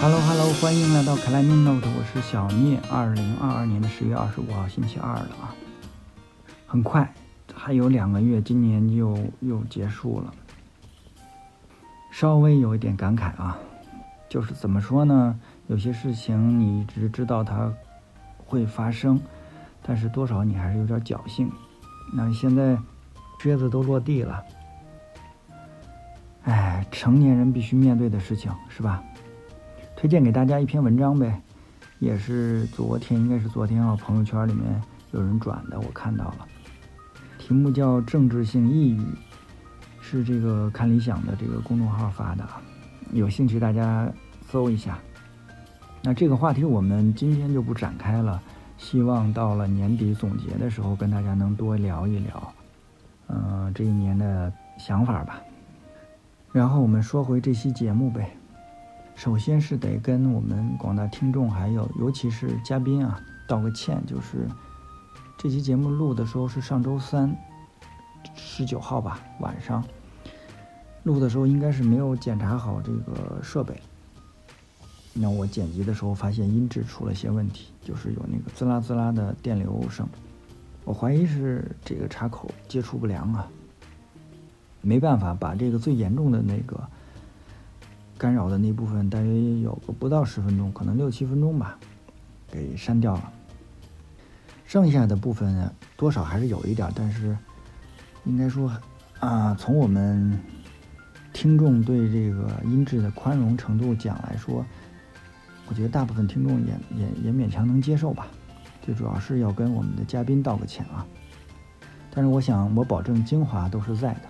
Hello Hello，欢迎来到 Climbing Note，我是小聂。二零二二年的十月二十五号，星期二了啊，很快还有两个月，今年又又结束了。稍微有一点感慨啊，就是怎么说呢？有些事情你一直知道它会发生，但是多少你还是有点侥幸。那现在靴子都落地了，哎，成年人必须面对的事情是吧？推荐给大家一篇文章呗，也是昨天，应该是昨天啊，朋友圈里面有人转的，我看到了，题目叫《政治性抑郁》，是这个看理想的这个公众号发的，啊，有兴趣大家搜一下。那这个话题我们今天就不展开了，希望到了年底总结的时候跟大家能多聊一聊，嗯、这一年的想法吧。然后我们说回这期节目呗。首先是得跟我们广大听众，还有尤其是嘉宾啊，道个歉，就是这期节目录的时候是上周三，十九号吧晚上，录的时候应该是没有检查好这个设备。那我剪辑的时候发现音质出了些问题，就是有那个滋啦滋啦的电流声，我怀疑是这个插口接触不良啊。没办法，把这个最严重的那个干扰的那部分，大约有个不到十分钟，可能六七分钟吧，给删掉了。剩下的部分呢多少还是有一点，但是应该说啊，从我们听众对这个音质的宽容程度讲来说，我觉得大部分听众也也也勉强能接受吧。最主要是要跟我们的嘉宾道个歉啊。但是我想，我保证精华都是在的，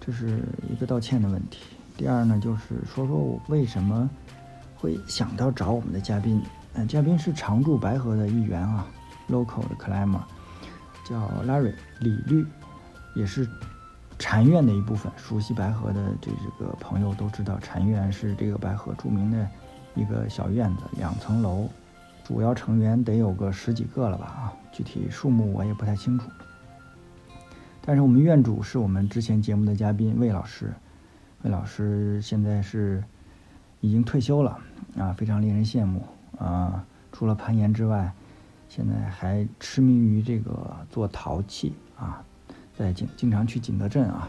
这是一个道歉的问题。第二呢，就是说说我为什么会想到找我们的嘉宾。嗯、嘉宾是常驻白河的一员啊，local 的 climber，叫 Larry 李律，也是禅院的一部分。熟悉白河的这这个朋友都知道，禅院是这个白河著名的一个小院子，两层楼，主要成员得有个十几个了吧啊，具体数目我也不太清楚。但是我们院主是我们之前节目的嘉宾魏老师，魏老师现在是已经退休了啊，非常令人羡慕啊。除了攀岩之外，现在还痴迷于这个做陶器啊，在景经常去景德镇啊。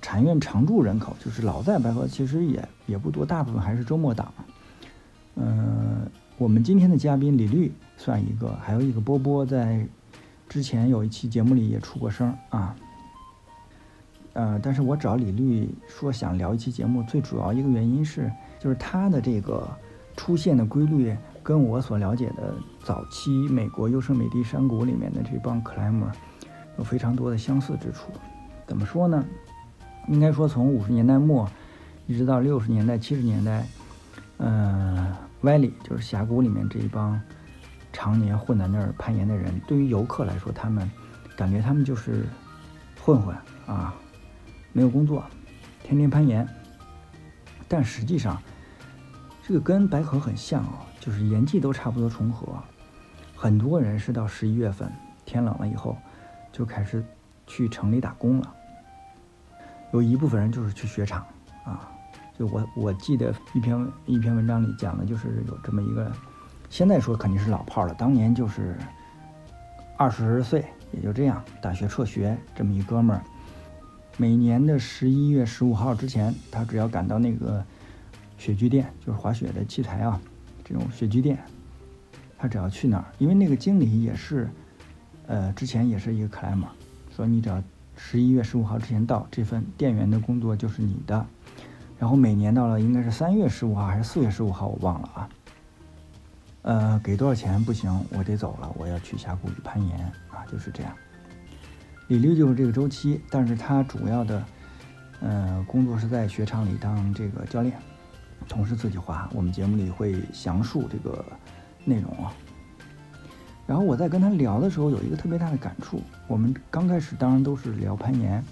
禅院常住人口就是老在白河，其实也也不多，大部分还是周末党。嗯、我们今天的嘉宾李律算一个，还有一个波波在之前有一期节目里也出过声儿啊。呃，但是我找李律说想聊一期节目，最主要一个原因是，就是他的这个出现的规律跟我所了解的早期美国优胜美地山谷里面的这帮 climber 有非常多的相似之处。怎么说呢？应该说从五十年代末一直到六十年代、七十年代，呃，歪里就是峡谷里面这一帮常年混在那儿攀岩的人，对于游客来说，他们感觉他们就是混混啊，没有工作，天天攀岩。但实际上，这个跟白河很像啊，就是岩季都差不多重合。很多人是到十一月份天冷了以后，就开始去城里打工了。有一部分人就是去雪场啊，就我我记得一篇一篇文章里讲的就是有这么一个，现在说肯定是老炮儿了，当年就是二十岁也就这样，大学辍学这么一哥们儿，每年的十一月十五号之前，他只要赶到那个雪具店，就是滑雪的器材啊，这种雪具店，他只要去那儿，因为那个经理也是，呃，之前也是一个克莱玛，说你只要十一月十五号之前到，这份店员的工作就是你的。然后每年到了应该是三月十五号还是四月十五号，我忘了啊。呃，给多少钱不行，我得走了，我要去峡谷里攀岩啊，就是这样。李律就是这个周期，但是他主要的，呃，工作是在雪场里当这个教练，同时自己滑。我们节目里会详述这个内容啊。然后我在跟他聊的时候，有一个特别大的感触。我们刚开始当然都是聊攀岩，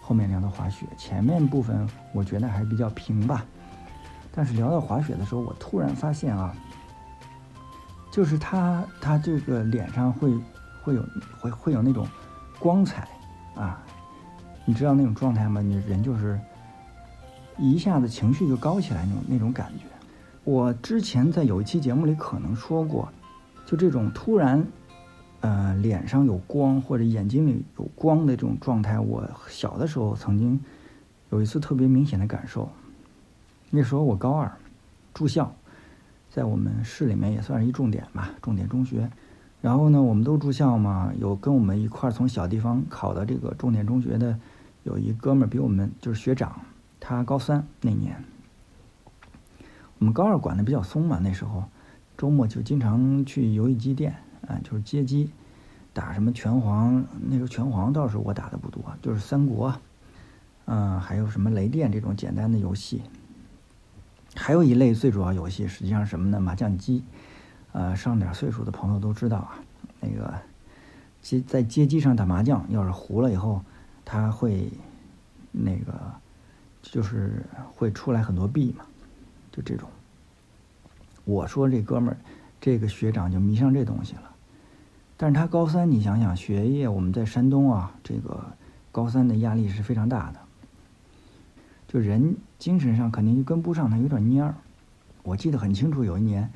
后面聊到滑雪，前面部分我觉得还比较平吧。但是聊到滑雪的时候，我突然发现啊，就是他他这个脸上会会有会会有那种光彩啊，你知道那种状态吗？你人就是一下子情绪就高起来那种那种感觉。我之前在有一期节目里可能说过，就这种突然，呃，脸上有光或者眼睛里有光的这种状态，我小的时候曾经有一次特别明显的感受。那时候我高二，住校，在我们市里面也算是一重点吧，重点中学。然后呢，我们都住校嘛，有跟我们一块儿从小地方考到这个重点中学的，有一哥们儿比我们就是学长，他高三那年，我们高二管的比较松嘛，那时候周末就经常去游戏机店，啊、就是街机，打什么拳皇，那时候拳皇倒是我打的不多，就是三国，嗯、还有什么雷电这种简单的游戏。还有一类最主要游戏实际上是什么呢？麻将机。呃，上点岁数的朋友都知道啊，那个街在街机上打麻将，要是胡了以后，他会那个就是会出来很多币嘛，就这种。我说这哥们儿，这个学长就迷上这东西了，但是他高三，你想想学业，我们在山东啊，这个高三的压力是非常大的，就人精神上肯定就跟不上他，有点蔫儿。我记得很清楚，有一年。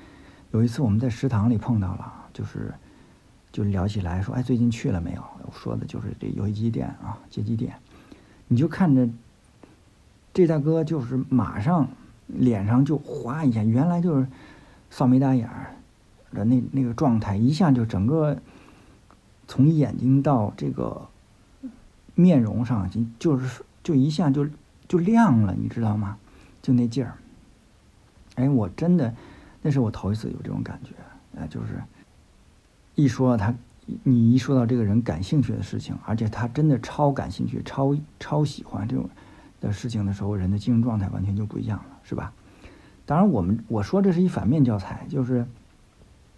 有一次我们在食堂里碰到了，就是就聊起来说，哎，最近去了没有？我说的就是这游戏机店啊，街机店。你就看着这大哥，就是马上脸上就哗一下，原来就是扫眉打眼儿的那那个状态，一下就整个从眼睛到这个面容上，就就是就一下就就亮了，你知道吗？就那劲儿。哎，我真的。那是我头一次有这种感觉，呃，就是一说他，你一说到这个人感兴趣的事情，而且他真的超感兴趣、超超喜欢这种的事情的时候，人的精神状态完全就不一样了，是吧？当然，我们我说这是一反面教材，就是，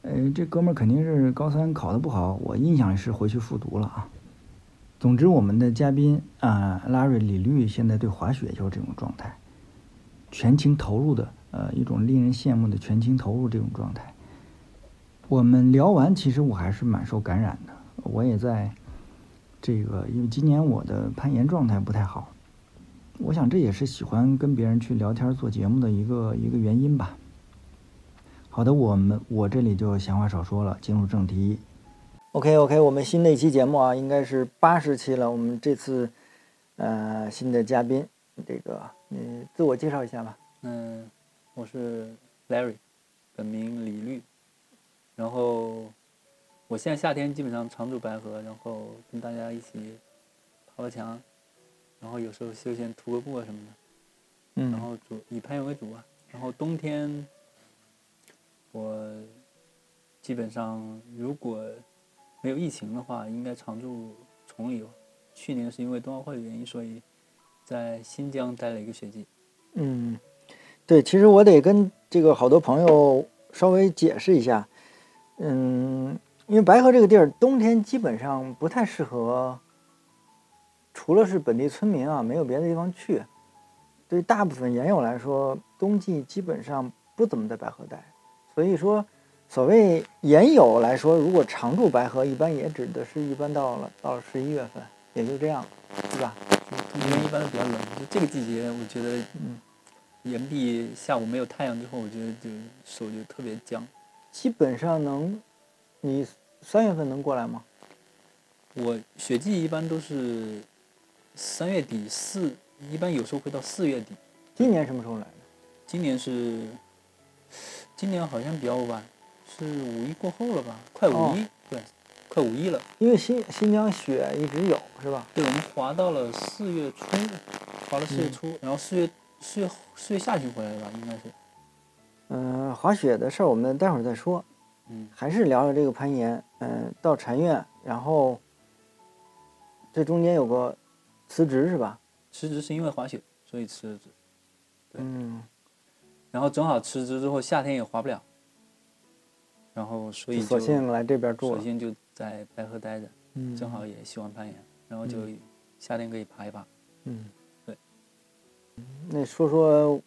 呃，这哥们儿肯定是高三考得不好，我印象是回去复读了啊。总之，我们的嘉宾啊、拉瑞、李律现在对滑雪就是这种状态。全情投入的，呃，一种令人羡慕的全情投入这种状态。我们聊完，其实我还是蛮受感染的。我也在这个，因为今年我的攀岩状态不太好，我想这也是喜欢跟别人去聊天做节目的一个一个原因吧。好的，我们我这里就闲话少说了，进入正题。OK OK，我们新的一期节目啊，应该是八十期了。我们这次呃新的嘉宾，这个你自我介绍一下吧。嗯，我是 Larry，本名李律，然后我现在夏天基本上常住白河，然后跟大家一起爬爬墙，然后有时候休闲徒个步啊什么的，嗯然后主以攀岩为主吧。然后冬天我基本上如果没有疫情的话，应该常住崇礼吧。去年是因为冬奥会的原因，所以在新疆待了一个学季。嗯，对，其实我得跟这个好多朋友稍微解释一下，嗯，因为白河这个地儿冬天基本上不太适合，除了是本地村民啊，没有别的地方去。对大部分岩友来说，冬季基本上不怎么在白河待，所以说，所谓岩友来说，如果常住白河，一般也指的是一般到了到了十一月份，也就这样，对吧？冬天一般都比较冷，就这个季节，我觉得嗯岩壁下午没有太阳之后，我觉得就手就特别僵。基本上能，你三月份能过来吗？我雪季一般都是三月底四，一般有时候会到四月底。今年什么时候来的？今年是，今年好像比较晚，是五一过后了吧？快五一，对，快五一了。因为新新疆雪一直有是吧？对，我们滑到了四月初，滑了四月嗯初，然后四月四月四月下旬回来的吧，应该是。嗯、滑雪的事儿我们待会儿再说，嗯，还是聊聊这个攀岩。嗯、到禅院，然后这中间有个辞职是吧？辞职是因为滑雪，所以辞的职。对嗯，然后正好辞职之后，夏天也滑不了，然后所以就就索性来这边住索了。性就在白河待着，嗯，正好也喜欢攀岩，然后就嗯夏天可以爬一爬。嗯，对。那说说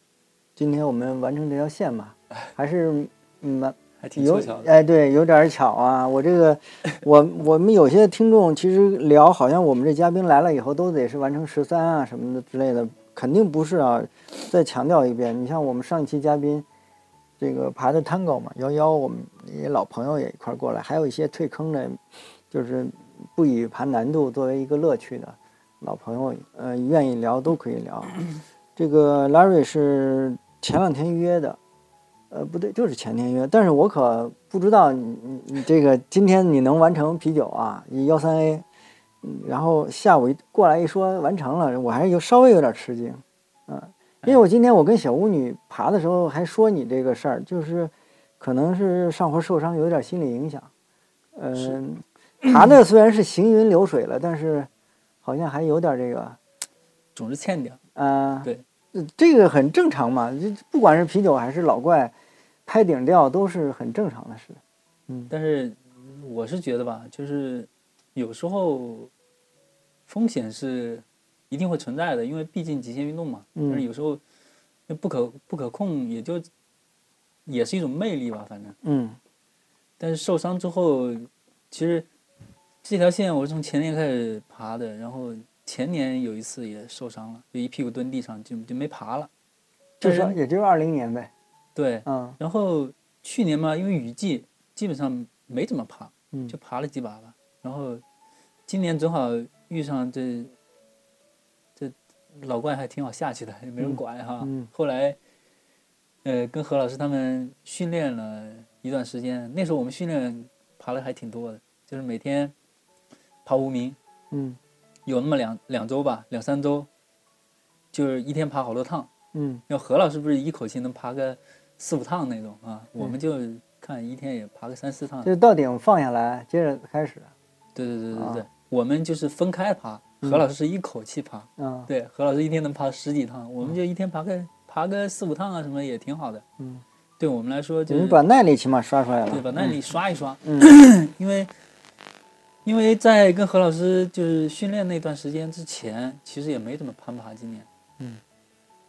今天我们完成这条线 吧，还是蛮还挺有凑巧的，哎，对，有点儿巧啊！我这 个，我我们有些听众其实聊，好像我们这嘉宾来了以后都得是完成十三啊什么的之类的，肯定不是啊。再强调一遍，你像我们上一期嘉宾，这个爬的 Tango 嘛，幺幺，我们一些老朋友也一块儿过来，还有一些退坑的，就是不以爬难度作为一个乐趣的老朋友，呃，愿意聊都可以聊。这个 Larry 是前两天约的，呃，不对，就是前天约，但是我可不知道你你你这个今天你能完成啤酒啊，你幺三 A，嗯然后下午一过来一说完成了，我还是有稍微有点吃惊，嗯，因为我今天我跟小巫女爬的时候还说你这个事儿，就是可能是上回受伤有点心理影响，是嗯、爬的虽然是行云流水了，但是好像还有点这个。总是欠点儿。啊，对呃，这个很正常嘛，这不管是啤酒还是老怪，拍顶掉都是很正常的事。嗯，但是我是觉得吧，就是有时候风险是一定会存在的，因为毕竟极限运动嘛。嗯但是有时候那不可不可控，也就也是一种魅力吧，反正。嗯但是受伤之后，其实这条线我是从前年开始爬的，然后前年有一次也受伤了，就一屁股蹲地上就就没爬了。就但是是也就是二零年呗。对，嗯然后去年嘛，因为雨季，基本上没怎么爬，嗯就爬了几把吧。然后今年正好遇上这这老怪还挺好下去的，也没人管哈。嗯后来呃跟何老师他们训练了一段时间，那时候我们训练爬的还挺多的，就是每天爬无名，嗯有那么两两周吧，两三周，就是一天爬好多趟。嗯那何老师不是一口气能爬个四五趟那种啊？我们就看一天也爬个三四趟。嗯，对就到顶放下来，接着开始。对对对对啊，我们就是分开爬，何老师是一口气爬。嗯对，何老师一天能爬十几趟，我们就一天爬个爬个四五趟啊，什么也挺好的。嗯，对我们来说就你是把耐力起码刷出来了。对把耐力刷一刷，嗯 因为因为在跟何老师就是训练那段时间之前，其实也没怎么攀爬。今年，嗯，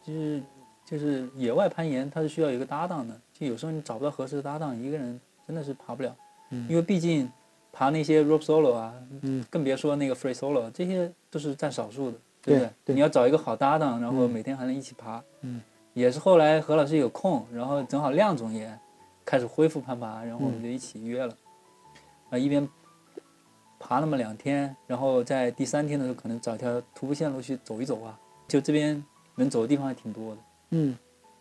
就是就是野外攀岩，它是需要有一个搭档的。就有时候你找不到合适的搭档，一个人真的是爬不了，嗯因为毕竟爬那些 rope solo 啊，嗯更别说那个 free solo，这些都是占少数的，对不对对？对你要找一个好搭档，然后嗯每天还能一起爬。嗯，也是后来何老师有空，然后正好亮总也开始恢复攀爬，然后我们嗯就一起约了，啊、一边爬那么两天，然后在第三天的时候可能找一条徒步线路去走一走啊，就这边能走的地方还挺多的。嗯，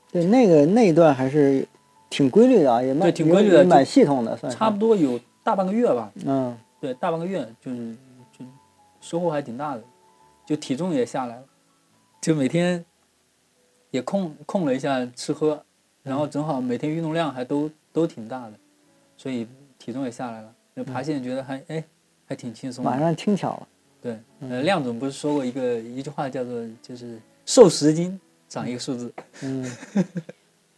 对，那个那一段还是挺规律的啊，也蛮对挺规律的也也蛮就系统的，算是差不多有大半个月吧，嗯对，大半个月就是就收获还挺大的，就体重也下来了，就每天也控控了一下吃喝，然后正好每天运动量还都都挺大的，所以体重也下来了。那爬线觉得还哎还挺轻松的。马上轻巧了。嗯对，呃，亮总不是说过一个一句话叫做就是瘦十斤长一个数字。嗯，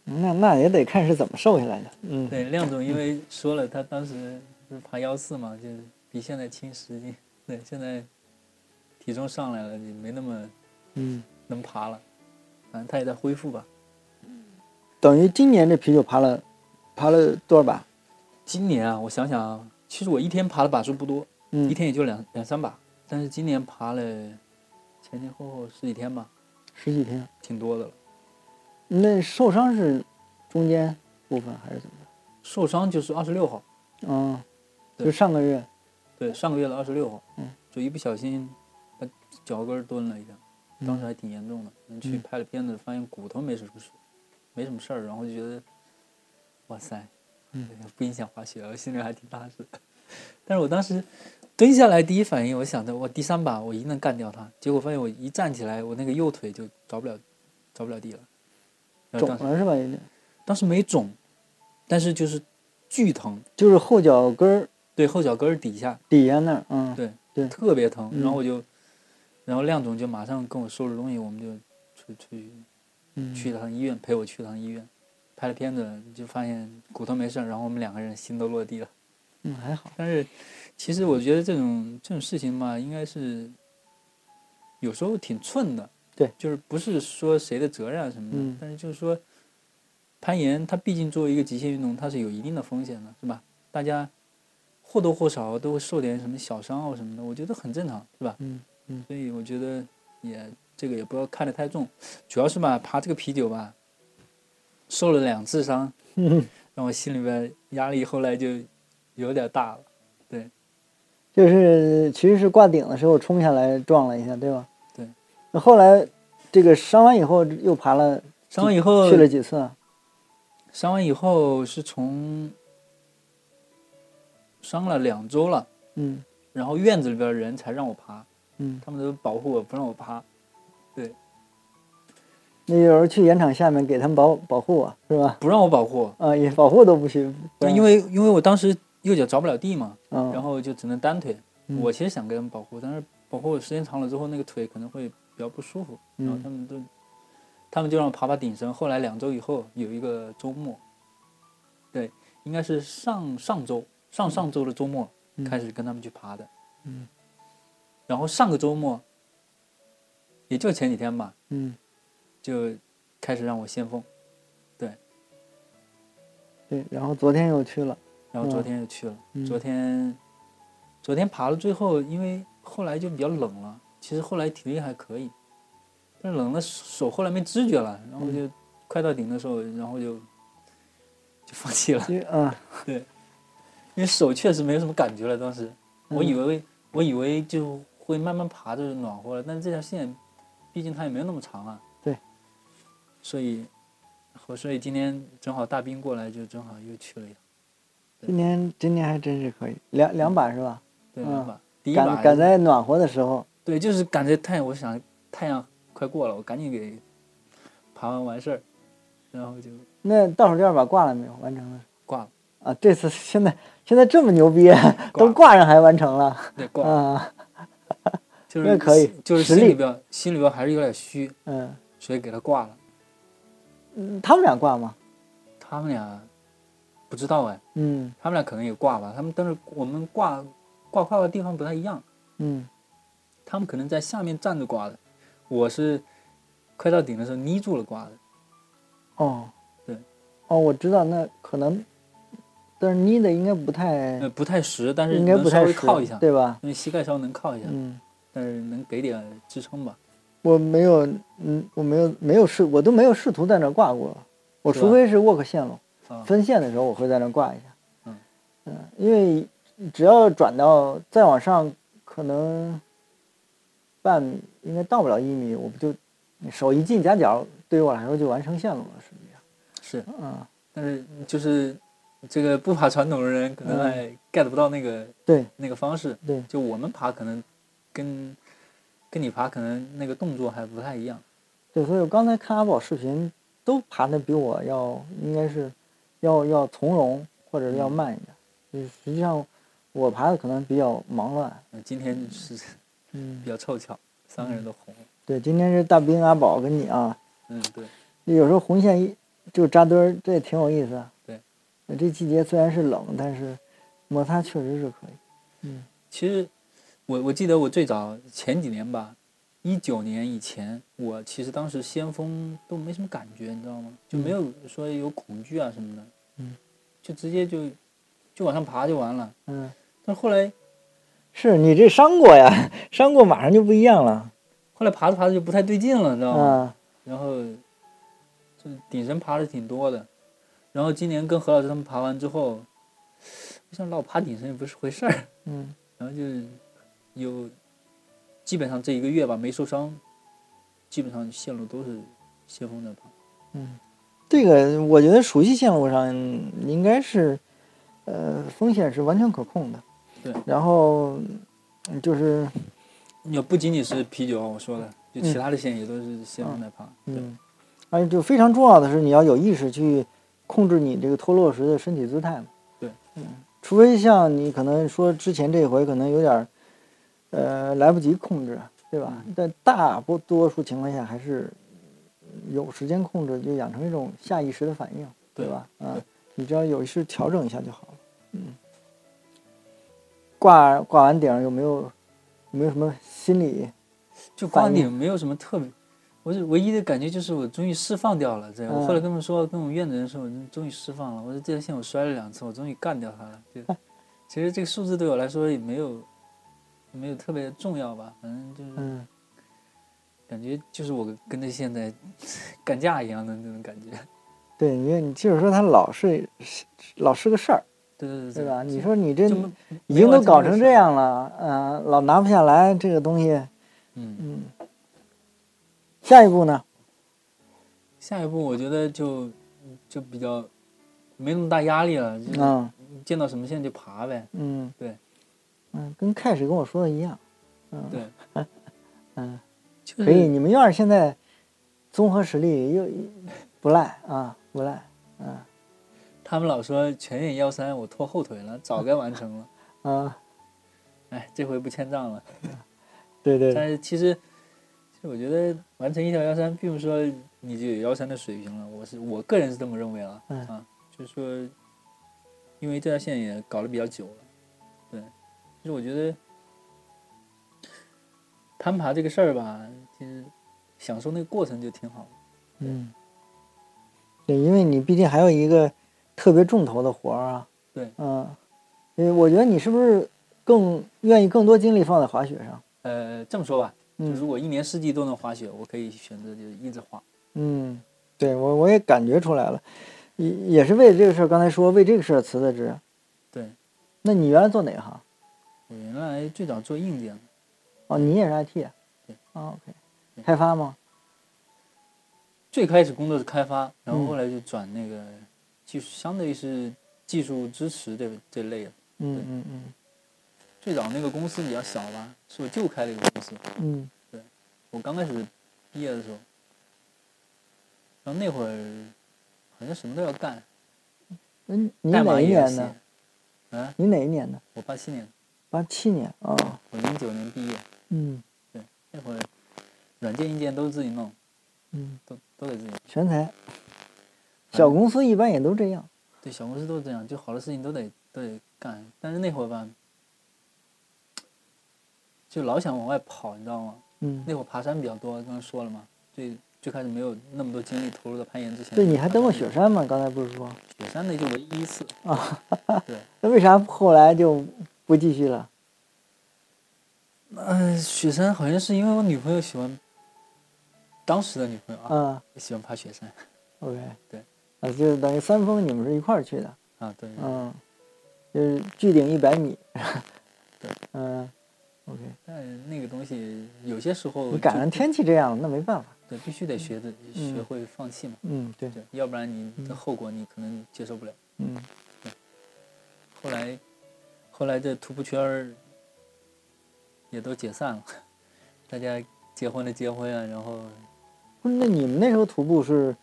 那那也得看是怎么瘦下来的。嗯，对，亮总因为说了，他当时不是爬幺四嘛，就是比现在轻十斤。对，现在体重上来了，也没那么嗯。能爬了，反正他也在恢复吧。等于今年这啤酒爬了，爬了多少把？今年啊，我想想啊，其实我一天爬的把数不多，嗯，一天也就两两三把，但是今年爬了前前后后十几天吧，十几天。挺多的了。那受伤是中间部分还是怎么受伤就是二十六号，着？嗯，对就上个月。对，上个月的二十六号，嗯，就一不小心把脚跟儿蹲了一下，当时还挺严重的。嗯去嗯拍了片子，发现骨头没什么事，没什么事儿，然后就觉得，哇塞，嗯 不影响滑雪，我心里还挺踏实的。 但是我当时蹲下来，第一反应我想着，我第三把我一定能干掉他。结果发现我一站起来，我那个右腿就着不了，着不了地了。然后肿当时了是吧？有点，当时没肿，但是就是巨疼，就是后脚跟儿对后脚跟儿底下，底下那儿。嗯，对对特别疼。嗯然后我就，然后亮总就马上跟我收拾东西，我们就出出去嗯去一趟医院，陪我去一趟医院，拍了片子就发现骨头没事儿，然后我们两个人心都落地了。嗯，还好。但是，其实我觉得这种这种事情嘛，应该是有时候挺寸的，对，就是不是说谁的责任啊什么的，嗯但是就是说，攀岩它毕竟作为一个极限运动，它是有一定的风险的，是吧？大家或多或少都会受点什么小伤啊什么的，我觉得很正常，是吧？嗯嗯所以我觉得也这个也不要看得太重，主要是吧，爬这个啤酒吧，受了两次伤，让我心里边压力后来就有点大了。 就是其实是挂顶的时候冲下来撞了一下，对吧？对。那后来这个伤完以后又爬了伤完以后去了几次啊？伤完以后是从伤了两周了，嗯然后院子里边的人才让我爬，嗯。他们都保护我不让我爬。那有时候去盐场下面给他们保保护啊，是吧？不让我保护，啊，也保护都不许。不但让因为因为我当时右脚着不了地嘛，嗯，然后就只能单腿。嗯我其实想给他们保护，但是保护时间长了之后，那个腿可能会比较不舒服，然后嗯他们都，他们就让我爬爬顶绳。后来两周以后有一个周末，对，应该是上上周上上周的周末嗯开始跟他们去爬的，嗯，然后上个周末，也就前几天吧，嗯，就开始让我先锋，嗯对，然后昨天又去了，然后昨哦天就去了。嗯昨天，昨天爬到最后，因为后来就比较冷了，其实后来体力还可以，但是冷了手后来没知觉了，然后就嗯快到顶的时候，然后就就放弃了， 因为啊，因为手确实没什么感觉了。当时我以嗯为我以为就会慢慢爬着暖和了，但是这条线毕竟它也没有那么长啊。对，所以我所以今天正好大兵过来，就正好又去了一趟，今年今年还真是可以，两两把是吧？对嗯两把，第一把赶赶在暖和的时候，对，就是感觉太阳，我想太阳快过了，我赶紧给爬完完事儿，然后就那倒数第二把挂了没有？完成了挂了，啊？这次现在现在这么牛逼，都挂上还完成了对，挂了，啊？就那是可以就是实心里力边心里边还是有点虚，嗯，所以给他挂了。嗯他们俩挂吗？他们俩不知道哎，嗯他们俩可能也挂吧，他们但是我们挂挂挂的地方不太一样，嗯他们可能在下面站着挂的，我是快到顶的时候捏住了挂的，哦，对，哦，我知道，那可能，但是妮的应该不太，呃，不太实，但是应该能不稍太微实靠一下，对吧？因为膝盖稍微能靠一下，嗯，但是能给点支撑吧。我没有，嗯，我没有没有试，我都没有试图在那儿挂过，我是吧除非是沃克线路啊，分线的时候，我会在那儿挂一下。嗯嗯，因为只要转到再往上，可能半米应该到不了一米，我不就手一进夹角，对于我来说就完成线路了，是不是，是？嗯，但是就是这个不爬传统的人可嗯能还 get 不到那个、对那个方式，对，就我们爬可能跟跟你爬可能那个动作还不太一样。对，所以我刚才看阿宝视频，都爬的比我要应该是要要从容或者要嗯慢一点。就是实际上我爬的可能比较忙乱。呃今天是嗯比，较凑巧，三个人都红了。对，今天是大兵阿宝跟你啊，嗯，对，有时候红线一就扎堆儿，这也挺有意思。啊呃对，这季节虽然是冷，但是摩擦确实是可以。嗯其实我我记得我最早前几年吧，一九年以前，我其实当时先锋都没什么感觉，你知道吗？就没有说有恐惧啊什么的，嗯，就直接就就往上爬就完了。嗯，但是后来是你这伤过呀， 伤过马上就不一样了。后来爬着爬着就不太对劲了，你知道吗？啊，然后这顶绳爬的挺多的，然后今年跟何老师他们爬完之后，我想老爬顶绳也不是回事儿， 嗯然后就有基本上这一个月吧没受伤，基本上线路都是先锋在爬，嗯，这个我觉得熟悉线路上应该是，呃，风险是完全可控的。对然后嗯就是也不仅仅是啤酒啊，我说的，就其他的线也都是先锋在爬，对，嗯，而且就非常重要的是，你要有意识去控制你这个脱落时的身体姿态嘛。对，嗯，除非像你可能说之前这一回可能有点儿，呃，来不及控制，对吧？嗯但大多多数情况下还是有时间控制，就养成一种下意识的反应，对对吧？啊对，你只要有意识调整一下就好了。嗯，挂挂完顶儿有没有有没有什么心理？就观反应点没有什么特别。我是唯一的感觉就是我终于释放掉了，这样。嗯我后来跟他们说，跟我们院子人说，我终于释放了。我说这条线我摔了两次，我终于干掉它了。嗯就其实这个数字对我来说也没有没有特别重要吧，反正就是嗯，感觉就是我跟着现在 干架一样的那种感觉。对，因为你就是说它老是老是个事儿，对对对，对对吧？你就说你这就没已经都没完成搞这成个这事儿样了，呃，老拿不下来这个东西，嗯，嗯。下一步呢？下一步我觉得就就比较没那么大压力了，就是嗯见到什么线就爬呗。嗯，对，嗯，跟开始跟我说的一样，嗯，对，嗯，就是可以。你们院儿现在综合实力又不赖啊，不赖，嗯他们老说全院幺三我拖后腿了，早该 完成了。啊，哎，这回不欠账了。对对对但是其实，其实我觉得完成一条幺三，并不是说你就有幺三的水平了。我是我个人是这么认为了、嗯啊，就是说，因为这条线也搞了比较久了，对，其实我觉得攀爬这个事儿吧，其实享受那个过程就挺好的。嗯，对，因为你毕竟还有一个特别重头的活儿啊。对，嗯，因为我觉得你是不是更愿意更多精力放在滑雪上？呃，这么说吧，就嗯如果一年四季都能滑雪，我可以选择就一直滑。嗯，对我我也感觉出来了，也也是为这个事儿，刚才说为这个事儿辞的职。对那你原来做哪行？我原来最早做硬件，哦，你也是 IT 啊。对哦，OK，对开发吗？最开始工作是开发，然后嗯后来就转那个技术，相当于是技术支持这这类的。嗯对嗯嗯最早那个公司比较小吧，是我舅开的一个公司。嗯我刚开始毕业的时候，然后那会儿好像什么都要干，嗯，你代哪码一也要年写的？。啊，你哪一年的？我八七年，八七年啊。哦我零九年毕业，嗯那会儿软件硬件都是自己弄，嗯，都都得自己弄。全才。小公司一般也都这样。对，小公司都是这样，就好多事情都得都得干。但是那会儿吧，就老想往外跑，你知道吗？嗯，那会儿爬山比较多，刚刚说了嘛，最最开始没有那么多精力投入到攀岩之前。对，你还登过爬山雪啊山吗？刚才不是说？雪山那就唯一一次， 那为啥后来就不继续了？嗯、雪山好像是因为我女朋友喜欢，当时的女朋友啊，嗯喜欢爬雪山，OK，对，啊，就是等于三峰你们是一块儿去的，啊，对，嗯，就是距顶一百米，对， 嗯，OK，但那个东西有些时候你赶上就天气这样了，那没办法，对，必须得学着嗯学会放弃嘛，嗯，对，对，要不然你的后果你可能接受不了。嗯后来，后来这徒步圈儿也都解散了， 大家结婚的结婚啊，然后不是，那你们那时候徒步是，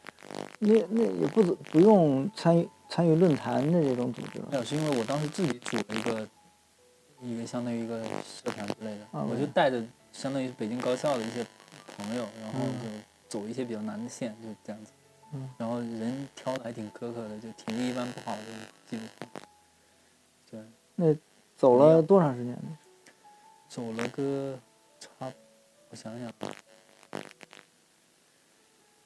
那那也不怎不用参与参与论坛的这种组织了没哎有，是因为我当时自己组了一个一个相当于一个社团之类的，啊我就带着相当于北京高校的一些朋友，然后就嗯走一些比较难的线，就是这样子。嗯然后人挑的还挺苛刻的，就体力一般不好的，基本上对走没了有多长时间呢？走了个差，我想想，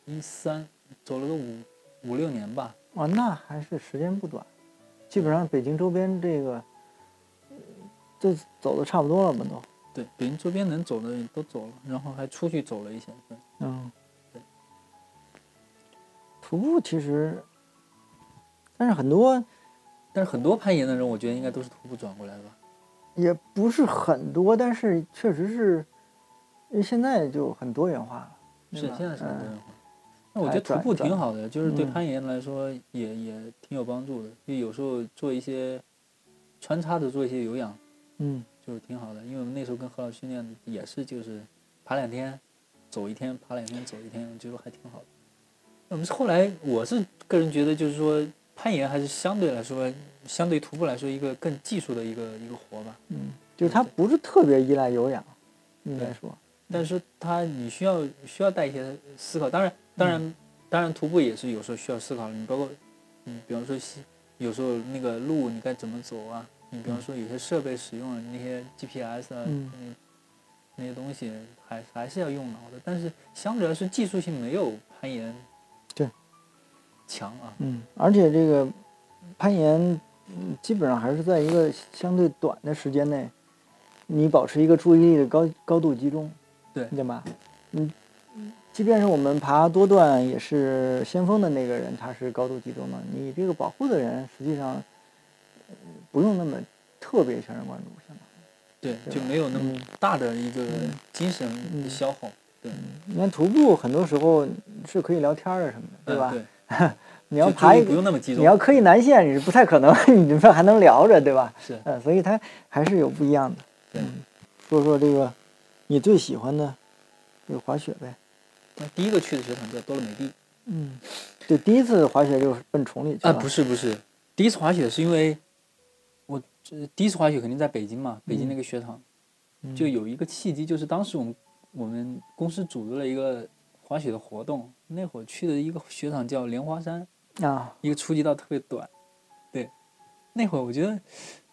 一三走了个五五六年吧，哦，那还是时间不短，基本上北京周边这个，呃都走的差不多了吧都。对，北京周边能走的都走了，然后还出去走了一些，对，嗯对，徒步其实，但是很多但是很多攀岩的人，我觉得应该都是徒步转过来的吧。也不是很多，但是确实是，因为现在就很多元化了。是对吧现在是很多嗯人滑。那我觉得徒步挺好的，就是对嗯攀岩来说也、也挺有帮助的，因为有时候做一些穿插着做一些有氧，嗯就是挺好的。因为我们那时候跟何老师训练的也是就是爬两天，走一天，爬两天走一天，我觉得还挺好的。我们是后来我是个人觉得就是说攀岩还是相对来说相对徒步来说一个更技术的一个一个活吧。嗯，就它不是特别依赖有氧，应该对说，但是它你需要需要带一些思考，当然当然、嗯当然徒步也是有时候需要思考的，你包括嗯，比方说西有时候那个路你该怎么走啊，你比方说有些设备使用了那些 GPS 啊，嗯那那些东西还还是要用脑的，但是相对来说技术性没有攀岩对强啊，嗯，而且这个攀岩，嗯基本上还是在一个相对短的时间内，你保持一个注意力的高高度集中，对对吧？嗯，即便是我们爬多段，也是先锋的那个人，他是高度集中的。你这个保护的人，实际上呃不用那么特别全神贯注，相当对，对就吧没有那么大的一个精神嗯的消耗，对，于。你看徒步，很多时候是可以聊天儿的什么的，嗯对吧？对，你你要爬一不个，用那么集你要中，刻意南线，你是不太可能， 你这还能聊着，对吧？是嗯，所以它还是有不一样的。对。嗯说说这个你最喜欢的这个滑雪呗。那第一个去的雪场叫多乐美地嗯，就第一次滑雪就是奔崇礼去啊，了。不是不是，第一次滑雪是因为我呃第一次滑雪肯定在北京嘛，北京那个雪场，嗯，就有一个契机，就是当时我们我们公司组织了一个滑雪的活动，那会儿去的一个雪场叫莲花山，啊，一个初级道特别短，对，那会儿我觉得，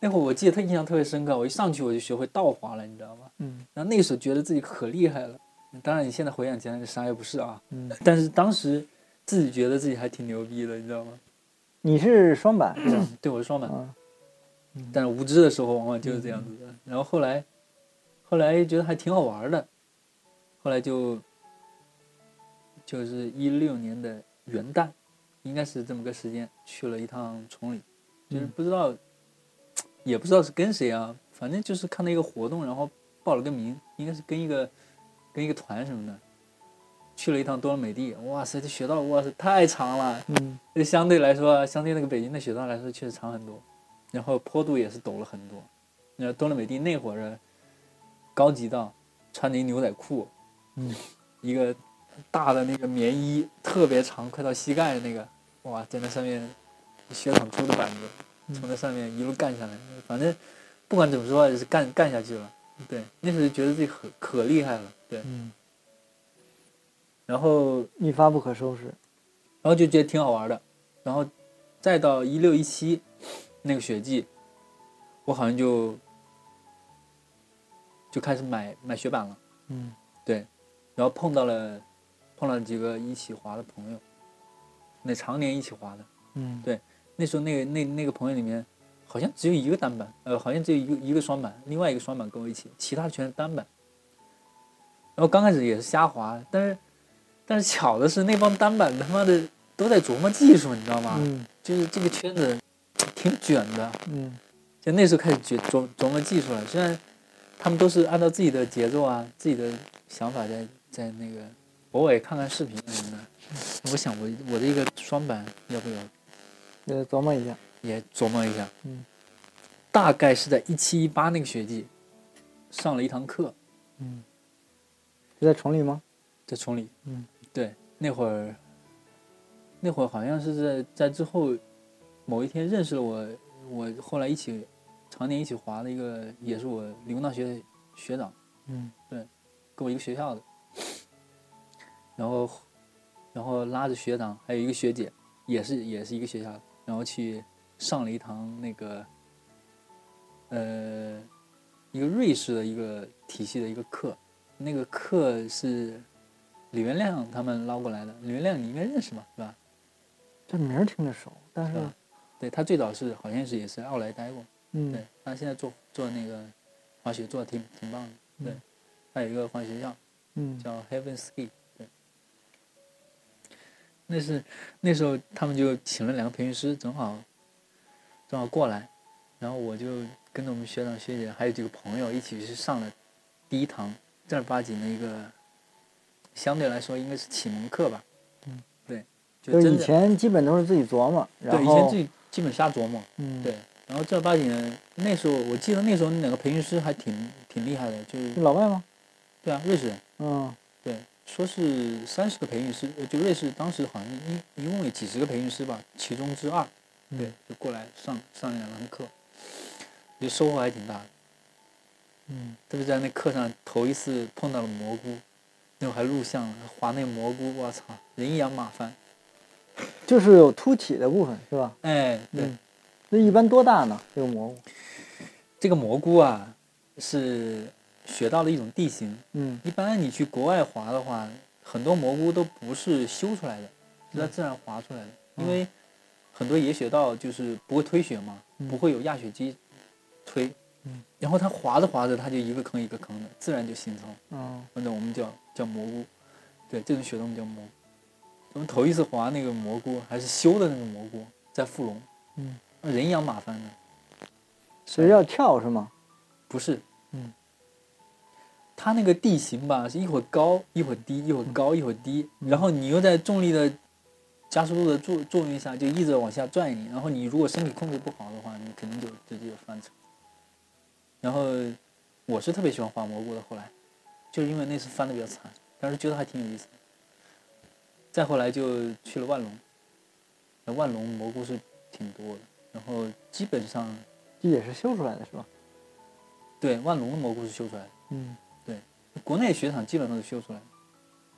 那会儿我记得特印象特别深刻，我一上去我就学会倒滑了，你知道吗？嗯然后那个时候觉得自己可厉害了，当然你现在回想起来啥也不是啊，嗯，但是当时自己觉得自己还挺牛逼的，你知道吗？ 你是双板是吧？对我是双板，啊，但是无知的时候往往就是这样子的。然后后来，后来觉得还挺好玩的，后来就就是一六年的元旦，应该是这么个时间，去了一趟崇礼，就是嗯不知道，也不知道是跟谁啊，反正就是看到一个活动，然后报了个名，应该是跟一个跟一个团什么的，去了一趟多伦美地，哇塞，这雪道哇塞太长了，嗯就相对来说，相对那个北京的雪道来说，确实长很多，然后坡度也是陡了很多。然后多伦美地那会儿的高级道，穿着一牛仔裤，嗯，一个大的那个棉衣，特别长，快到膝盖的那个，哇，在那上面雪场出的板嗯子，从那上面一路干下来，反正不管怎么说，也是干干下去了。对，那时候觉得自己可可厉害了，对，嗯，然后一发不可收拾。然后就觉得挺好玩的，然后再到一六一七那个雪季，我好像就就开始买买雪板了，嗯然后碰到了碰到几个一起滑的朋友，那常年一起滑的，嗯那时候那个那那个朋友里面好像只有一个单板，呃，好像只有一个一个双板，另外一个双板跟我一起，其他全是单板。然后刚开始也是瞎滑，但是但是巧的是那帮单板他妈的都在琢磨技术，你知道吗？嗯就是这个圈子挺卷的，嗯就那时候开始觉琢琢磨技术了。虽然他们都是按照自己的节奏啊、自己的想法在在那个，偶尔也看看视频啊什么的。我想我我的一个双板要不要呃，琢磨一下。也琢磨一下，嗯，大概是在一七一八那个学季上了一堂课，嗯，是在崇礼吗？在崇礼，嗯，对，那会儿那会儿好像是在在之后某一天认识了我，我后来一起常年一起滑的一个，也是我理工大学的学长，嗯跟我一个学校的，然后然后拉着学长还有一个学姐，也是也是一个学校的，然后去上了一堂那个呃一个瑞士的一个体系的一个课，那个课是李元亮他们捞过来的，李元亮你应该认识嘛，对吧？这名儿听着熟，但是是吧对他最早是好像是也是奥莱待过，对嗯，他现在做做那个滑雪做的挺挺棒的，对嗯，他有一个滑雪学校。嗯叫 Heaven Ski。对，那是那时候他们就请了两个培训师，正好正好过来，然后我就跟着我们学长学姐还有几个朋友一起去上了第一堂正儿八经的一个，相对来说应该是启蒙课吧。嗯，对，就就是真以的前基本都是自己琢磨，然对以前后自己基本瞎琢磨。嗯，对，然后正儿八经的那时候我记得那时候那两个培训师还挺挺厉害的，就是是老外吗？对啊，瑞士人。嗯对，说是三十个培训师，呃就瑞士当时好像一一共有几十个培训师吧，其中之二，对嗯，就过来上上两堂课，就收获还挺大的。嗯特别在那课上头一次碰到了蘑菇，那会儿还录像了，划那蘑菇，我操，人仰马翻。就是有凸起的部分是吧？哎，对，嗯，那一般多大呢？这个蘑菇？这个蘑菇啊，是学到的一种地形，嗯一般你去国外滑的话，很多蘑菇都不是修出来的，是它自然滑出来的。嗯因为很多野雪道就是不会推雪嘛，嗯不会有压雪机推。嗯然后它滑着滑着，它就一个坑一个坑的，自然就形成嗯那种我们叫叫蘑菇。对，这种雪洞比较萌。我们头一次滑那个蘑菇，还是修的那个蘑菇，在富龙，嗯，人仰马翻的，所以要跳是吗？不是，嗯，它那个地形吧，是一会儿高一会儿低，一会儿高一会儿低，然后你又在重力的加速度的作作用下，就一直往下拽你，然后你如果身体控制不好的话，你肯定就直接就翻车。然后我是特别喜欢滑蘑菇的，后来就是因为那次翻的比较惨，但是觉得还挺有意思的。再后来就去了万隆，那万隆蘑菇是挺多的，然后基本上这也是修出来的是吧？对万隆的蘑菇是修出来的。嗯，国内雪场基本上都是修出来的，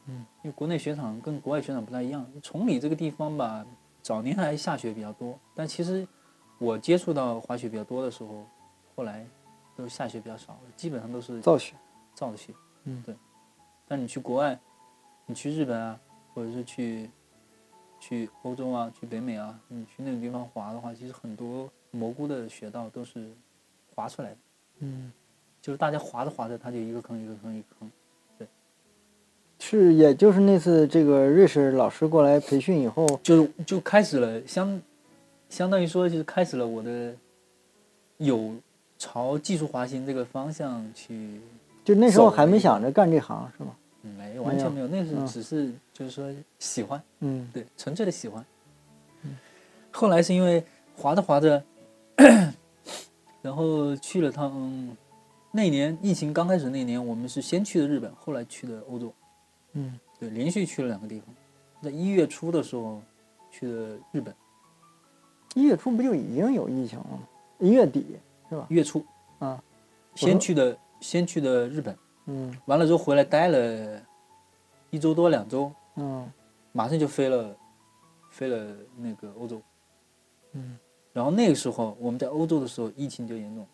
嗯，因为国内雪场跟国外雪场不太一样。崇礼这个地方吧，早年还下雪比较多，但其实我接触到滑雪比较多的时候，后来都下雪比较少了，基本上都是造雪。造的雪，嗯对。但你去国外，你去日本啊，或者是去去欧洲啊，去北美啊，你去那种地方滑的话，其实很多蘑菇的雪道都是滑出来的。嗯，就是大家滑着滑着，它就一个坑一个坑一个坑，是，也就是那次这个瑞士老师过来培训以后，就就开始了，相相当于说就是开始了我的有朝技术滑行这个方向去，就那时候走了还没那个想着干这行是吗？没完全没有，那嗯是只是就是说喜欢，嗯对，纯粹的喜欢。嗯后来是因为滑着滑着，然后去了趟，那年疫情刚开始那年，我们是先去的日本，后来去的欧洲。嗯对，连续去了两个地方，在一月初的时候去的日本，一月初不就已经有疫情了吗？一月底是吧？一月初啊，先去的先去的日本，嗯完了之后回来待了一周多两周，嗯马上就飞了飞了那个欧洲，嗯，然后那个时候我们在欧洲的时候疫情就严重，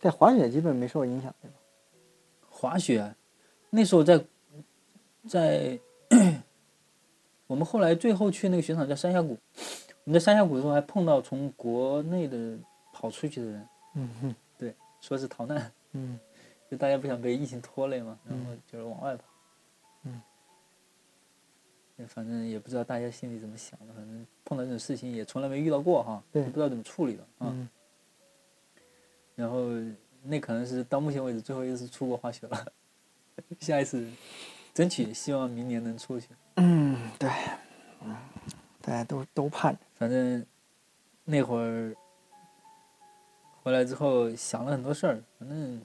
在滑雪基本没受影响，对吧？滑雪，啊那时候在在 我们后来最后去那个雪场叫山峡谷，我们在山峡谷的时候还碰到从国内的跑出去的人。嗯哼说是逃难，嗯就大家不想被疫情拖累嘛，然嗯后就是往外跑。嗯，反正也不知道大家心里怎么想的，反正碰到这种事情也从来没遇到过哈，对也不知道怎么处理的啊。嗯然后那可能是到目前为止最后一次出国滑雪了， 下一次争取希望明年能出去。嗯，对，嗯，大家都都盼着，反正那会儿回来之后想了很多事儿，反正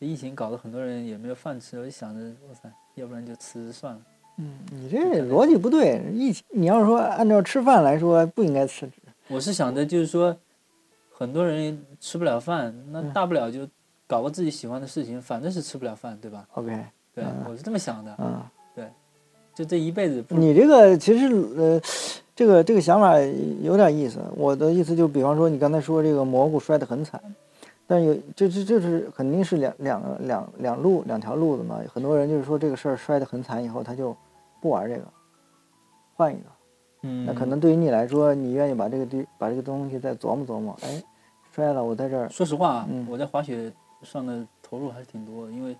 这疫情搞得很多人也没有饭吃，我就想着，哇塞，要不然就辞职算了。嗯，你这逻辑不对，疫情你要是说按照吃饭来说不应该辞职，我是想着就是说，很多人吃不了饭，那嗯大不了就搞个自己喜欢的事情，反正是吃不了饭，对吧？ OK，对，嗯我是这么想的，嗯。就这一辈子不你这个其实呃，这个这个想法有点意思。我的意思就比方说，你刚才说这个蘑菇摔得很惨，但有这这这是肯定是两两个两两路两条路子嘛。很多人就是说这个事儿摔得很惨以后，他就不玩这个，换一个。嗯，那可能对于你来说，你愿意把这个地把这个东西再琢磨琢磨，哎，摔了我在这儿，说实话，啊嗯我在滑雪上的投入还是挺多的，因为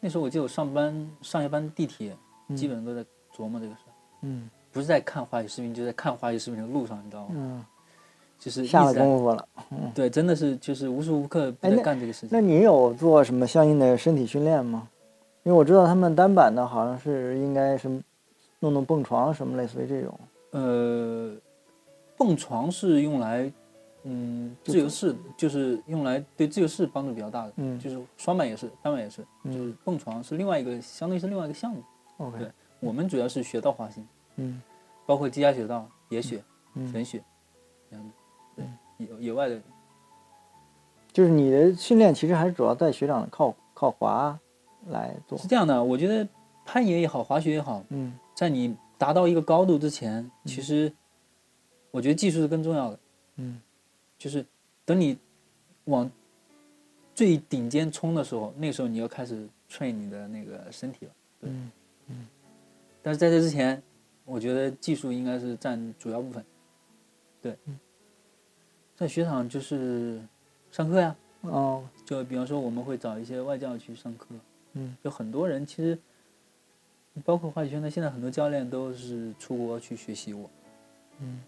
那时候我记得我上班上下班地铁嗯基本上都在琢磨这个事儿，嗯不是在看滑雪视频，就在看滑雪视频的路上，你知道吗？嗯，就是一直下了在功夫了。对，真的是就是无时无刻哎不在那干这个事那情。你有做什么相应的身体训练吗？因为我知道他们单板的好像是应该什么弄弄蹦床什么类似于这种。呃，蹦床是用来嗯就自由式，就是用来对自由式帮助比较大的，嗯就是双板也是，单板也是，嗯蹦床是另外一个，相当于是另外一个项目。 ，OK，对我们主要是雪道滑行，嗯包括积压雪道、野雪。嗯，粉雪，这样的，对，野野外的，就是你的训练其实还是主要在学长的靠靠滑来做是。这样的。我觉得攀岩也好，滑雪也好，嗯在你达到一个高度之前，其实我觉得技术是更重要的。嗯就是等你往最顶尖冲的时候，那时候你要开始 train 你的那个身体了。对嗯但是在这之前，我觉得技术应该是占主要部分。对，在雪场就是上课呀、哦就比方说我们会找一些外教去上课，嗯有很多人其实，包括话剧圈的，现在很多教练都是出国去学习我，嗯，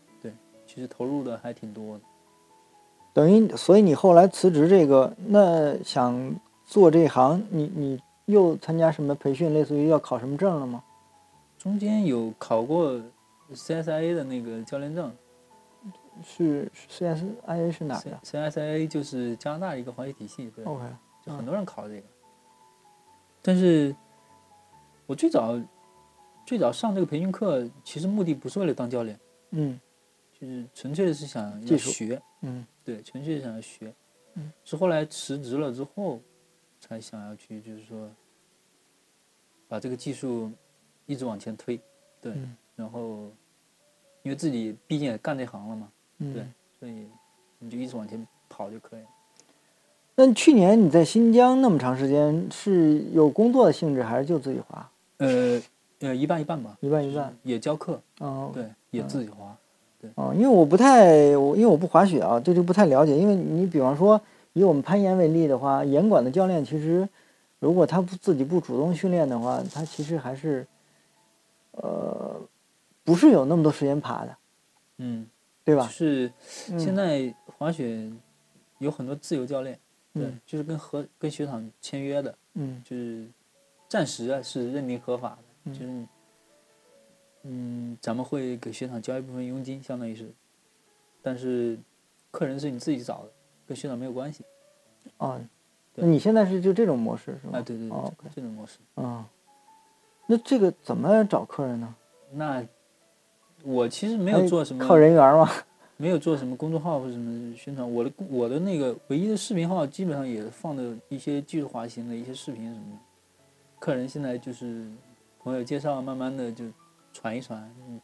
其实投入的还挺多的。等于所以你后来辞职这个，那想做这行，你你又参加什么培训，类似于要考什么证了吗？中间有考过 CSIA 的那个教练证是 CSIA 是哪儿，C 的哦 CSIA 就是加拿大一个滑雪体系，对， ？OK，就很多人考这个。但是，我最早最早上这个培训课，其实目的不是为了当教练，嗯就是纯粹是想要技术学，嗯对，纯粹想要学。嗯，是后来辞职了之后，才想要去，就是说，把这个技术一直往前推，对。嗯然后，因为自己毕竟也干这行了嘛，嗯，对所以你就一直往前跑就可以了。那去年你在新疆那么长时间，是有工作的性质，还是就自己滑？呃呃，一半一半吧，嗯一半一半。也教课，哦，对，也自己滑。哦，因为我不太，我因为我不滑雪啊，对这不太了解。因为你比方说以我们攀岩为例的话，岩馆的教练其实，如果他不自己不主动训练的话，他其实还是，呃，不是有那么多时间爬的，嗯，对就吧？是现嗯在滑雪有很多自由教练，对嗯，就是跟合跟雪场签约的，嗯就是暂时啊是认定合法的，嗯就是嗯，咱们会给雪场交一部分佣金，相当于是，但是客人是你自己找的，跟雪场没有关系。哦，对那你现在是就这种模式是吗？啊，对对对，哦这这种模式。 ，OK，嗯，那这个怎么找客人呢？那我其实没还有做什么靠哎人缘吗？没有做什么公众号或者什么宣传，我的公我的那个唯一的视频号基本上也放的一些技术滑行的一些视频什么的。客人现在就是朋友介绍，慢慢的就传一传，嗯，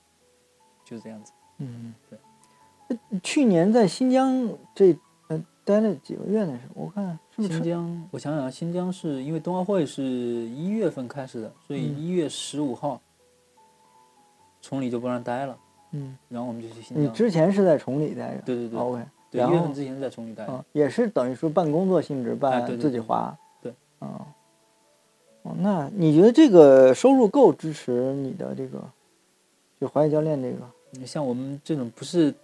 就这样子。嗯对。那去年在新疆这呃待了几个月那是，我看是不新是？疆，我想想啊，新疆是因为冬奥会是一月份开始的，所以嗯一月十五号，崇礼就不让待了，嗯，然后我们就去新你疆。之前是在崇礼待着。对对对、 OK，对，然一后月份之前是在崇礼待的。嗯，也是等于说办工作性质，办啊对对自己对花。对嗯。哦，那你觉得这个收入够支持你的这个，就滑雪教练这个？像我们这种不是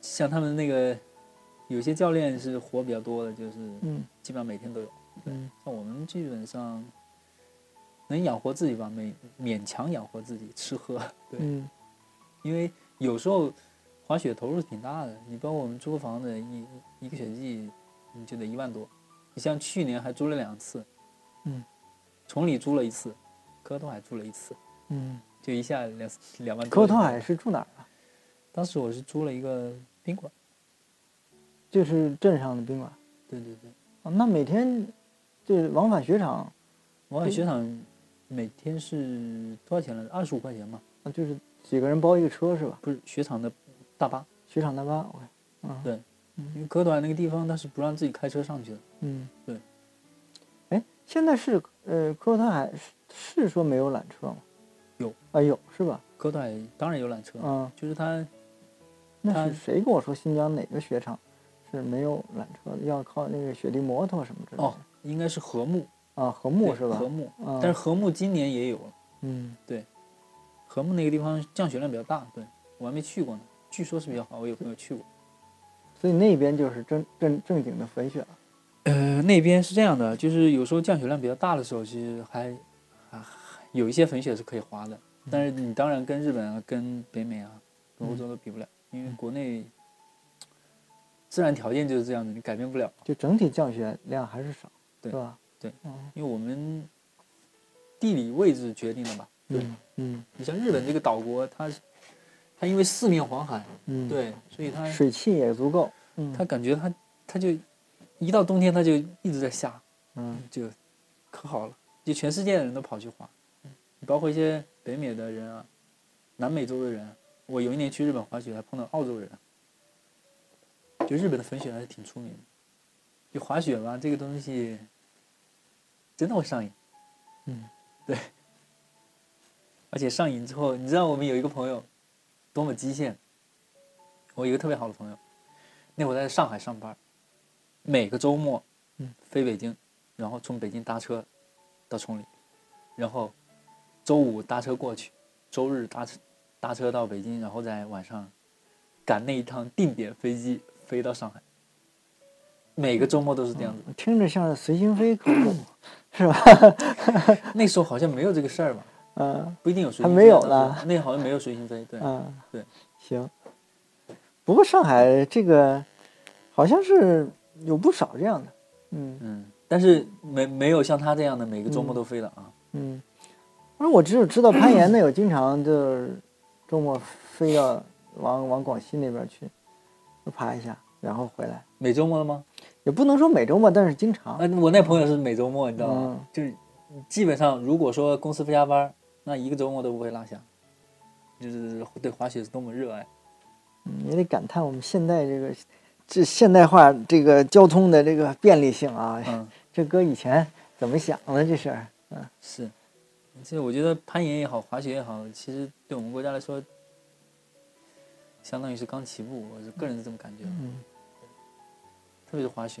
像他们那个有些教练是活比较多的，就是嗯基本上每天都有。嗯像我们基本上能养活自己吧，勉勉强养活自己，吃喝。对，嗯因为有时候滑雪投入挺大的，你包括我们租房子一一个雪季你就得一万多，你像去年还租了两次，嗯，崇礼租了一次，科托海租了一次，嗯。就一下两两万多科就没了。托海是住哪儿啊？当时我是租了一个宾馆，就是镇上的宾馆。对对对，哦，那每天就是往返雪场，往返雪场每天是多少钱来着？二十五块钱嘛，啊就是几个人包一个车是吧？不是雪场的大巴，雪场大巴，OK，嗯，对因为哥短那个地方他是不让自己开车上去的，嗯，对。哎，现在是呃，科特海是是说没有缆车吗？有啊，有是吧？哥短当然有缆车，嗯，就是他那它是谁跟我说新疆哪个雪场是没有缆车的？要靠那个雪地摩托什么之类的？哦，应该是禾木，啊，禾木对是吧？禾木，嗯，但是禾木今年也有了，嗯禾木那个地方降雪量比较大，对我还没去过呢，据说是比较好，我有朋友去过。所以那边就是正正正经的粉雪了。呃，那边是这样的，就是有时候降雪量比较大的时候，其实还还还有一些粉雪是可以滑的，但是你当然跟日本啊、跟北美啊、跟欧洲都比不了，因为国内自然条件就是这样子，你改变不了。就整体降雪量还是少，对是吧？对嗯，因为我们地理位置决定的嘛。对嗯嗯你像日本这个岛国，它是它因为四面环海，嗯，，对，所以它水汽也足够。嗯，它感觉它它就一到冬天它就一直在下，嗯就可好了，就全世界的人都跑去滑，包括一些北美的人啊，南美洲的人啊。我有一年去日本滑雪，还碰到澳洲人，啊就日本的粉雪还是挺出名的。就滑雪吧，这个东西真的会上瘾，嗯， 对。而且上瘾之后，你知道我们有一个朋友多么极限。我有一个特别好的朋友，那会儿在上海上班，每个周末嗯飞北京，然后从北京搭车到崇礼，然后周五搭车过去，周日搭车搭车到北京，然后在晚上赶那一趟定点飞机飞到上海。每个周末都是这样子，听着像是随心飞 可不，是吧？那时候好像没有这个事儿吧？嗯不一定有随还心飞，没有当时呢那好像没有随心飞，对，嗯，对，行。不过上海这个好像是有不少这样的，嗯嗯，但是没没有像他这样的每个周末都飞的啊，嗯。反正我只有知道攀岩的有经常就是周末飞到往往广西那边去爬一下，然后回来，每周末了吗？也不能说每周末，但是经常。那我那朋友是每周末，你知道吗？啊嗯就是基本上如果说公司不加班，那一个周末都不会落下，就是对滑雪是多么热爱。嗯也得感叹我们现代这个这现代化这个交通的这个便利性啊，嗯，这搁以前怎么想的这事儿？是，其实我觉得攀岩也好，滑雪也好，其实对我们国家来说，相当于是刚起步，我是个人是这么感觉的。嗯特别是滑雪，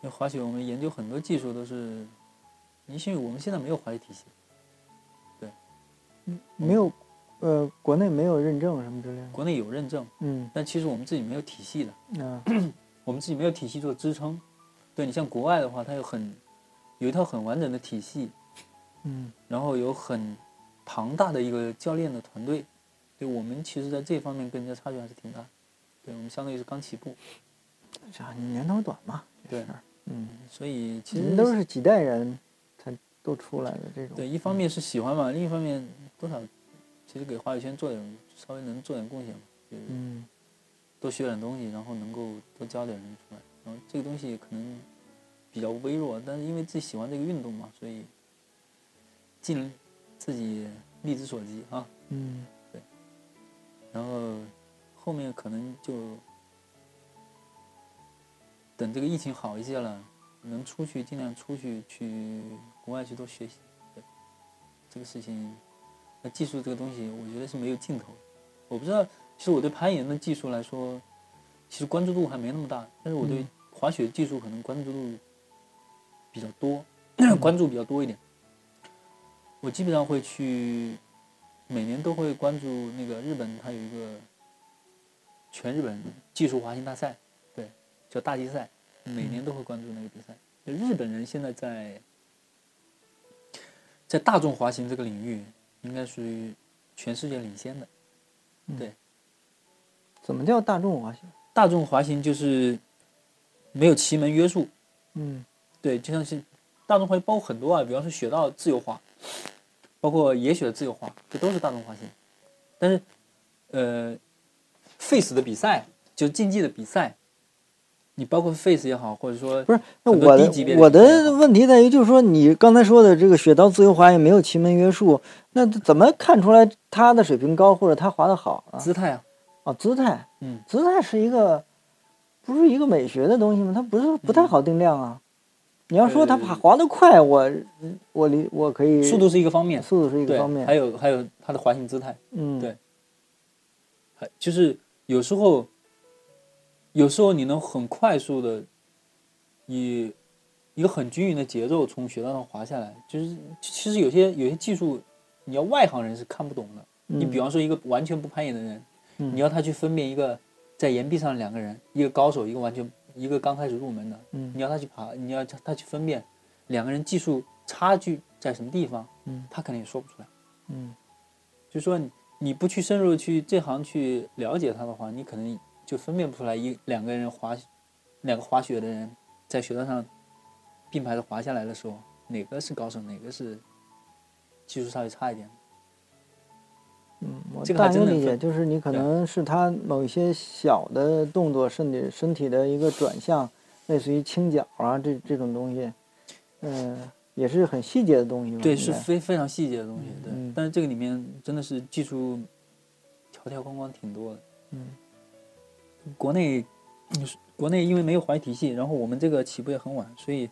因为滑雪我们研究很多技术都是，也许我们现在没有滑雪体系，嗯没有，呃，国内没有认证什么之类的。国内有认证，嗯但其实我们自己没有体系的，啊，我们自己没有体系做支撑。对你像国外的话，它有很有一套很完整的体系，嗯然后有很庞大的一个教练的团队，对我们其实在这方面跟人家差距还是挺大的，对我们相当于是刚起步，这样你年头短嘛，这对事儿。嗯，所以其你实们都是几代人才都出来的这种。对，一方面是喜欢嘛，另一方面多少其实给滑雪圈做点稍微能做点贡献嘛，就是嗯，多学点东西，然后能够多教点人出来。然后这个东西可能比较微弱，但是因为自己喜欢这个运动嘛，所以尽自己力之所及啊。嗯然后后面可能就等这个疫情好一些了，能出去尽量出去去国外去多学习。对这个事情，那技术这个东西，我觉得是没有尽头的。我不知道，其实我对攀岩的技术来说，其实关注度还没那么大，但是我对嗯滑雪技术可能关注度比较多， 关注比较多一点。我基本上会去每年都会关注那个日本，它有一个全日本技术滑行大赛，对，叫大集赛，每嗯年都会关注那个比赛。就日本人现在在在大众滑行这个领域，应该属于全世界领先的。怎么叫大众滑雪？大众滑行就是没有奇门约束，嗯对，就像是大众滑行包括很多啊，比方说雪道自由滑，包括野雪的自由滑，这都是大众滑行。但是，呃，face 的比赛就是竞技的比赛，你包括 face 也好，或者说不是，那很多我低级别的的我体验的嘛问题在于，就是说你刚才说的这个雪道自由滑也没有奇门约束，那怎么看出来他的水平高或者他滑得好啊？姿态啊，哦，姿态，嗯，姿态是一个，不是一个美学的东西吗？它不是不太好定量啊。你要说它嗯呃爬滑得快，我我理我可以速度是一个方面，速度是一个对方，面，还有还有它的滑行姿态，嗯对还就是有时候，有时候你能很快速的以一个很均匀的节奏从雪道上滑下来，就是其实有些有些技术，你要外行人是看不懂的。你比嗯方说一个完全不攀岩的人，嗯你要他去分辨一个在岩壁上的两个人，一个高手，一个完全一个刚开始入门的，嗯你要他去爬，你要他去分辨两个人技术差距在什么地方，嗯他肯定也说不出来。嗯就说你你不去深入去这行去了解它的话，你可能就分辨不出来一两个人滑，两个滑雪的人在雪道上并排的滑下来的时候，哪个是高手，哪个是技术稍微差一点。嗯，我这个还大约真的理解分就是你可对能是他某一些小的动作，甚至身体的一个转向，类似于倾角啊这这种东西，嗯、也是很细节的东西吧。对，应是该非非常细节的东西，对。嗯但是这个里面真的是技术条条框框挺多的。嗯国内， 嗯国内因为没有滑雪体系，然后我们这个起步也很晚，所以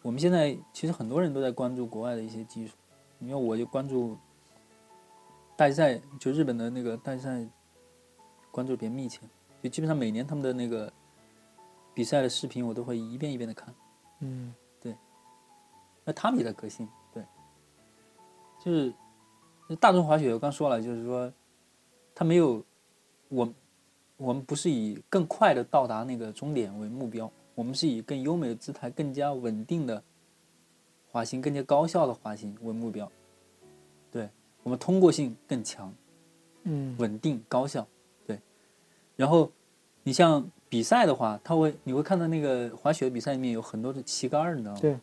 我们现在其实很多人都在关注国外的一些技术。因为我就关注大赛，就日本的那个大赛，关注得比较密切，就基本上每年他们的那个比赛的视频我都会一遍一遍的看，嗯那汤米的革新，对，就是那大众滑雪，我刚说了，就是说它没有我们我们不是以更快的到达那个终点为目标，我们是以更优美的姿态、更加稳定的滑行、更加高效的滑行为目标。对我们通过性更强，嗯稳定高效，对。然后你像比赛的话，它会你会看到那个滑雪比赛里面有很多的旗杆儿，你知道吗？对。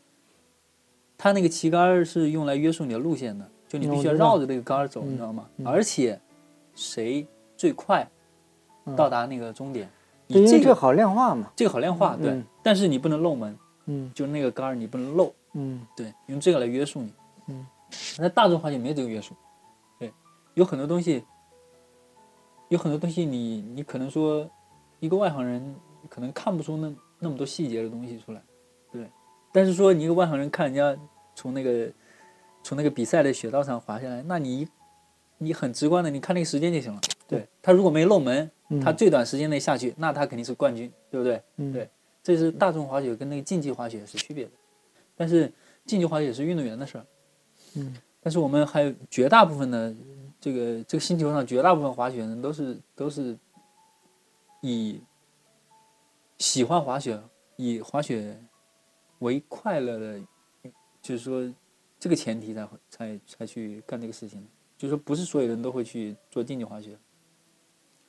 它那个旗杆儿是用来约束你的路线的，就你嗯必须我要知道绕着这个杆儿走，嗯你知道吗？嗯而且谁最快嗯到达那个终点，对你因为这这个好量化嘛。这个好量化，嗯对嗯。但是你不能漏门，嗯就是那个杆儿你不能漏，嗯对，用这个来约束你。嗯，那大众滑雪没有这个约束，对，有很多东西，有很多东西你你可能说一个外行人可能看不出那那么多细节的东西出来，对，但是说你一个外行人看人家从那个从那个比赛的雪道上滑下来，那你你很直观的，你看那个时间就行了。对对他如果没漏门，嗯，他最短时间内下去，那他肯定是冠军，对不对？嗯对这是大众滑雪跟那个竞技滑雪是区别的。但是竞技滑雪是运动员的事儿，嗯但是我们还有绝大部分的这个这个星球上绝大部分滑雪人都是都是以喜欢滑雪，以滑雪为快乐的，就是说这个前提才会才才去干这个事情。就是说，不是所有人都会去做竞技滑雪。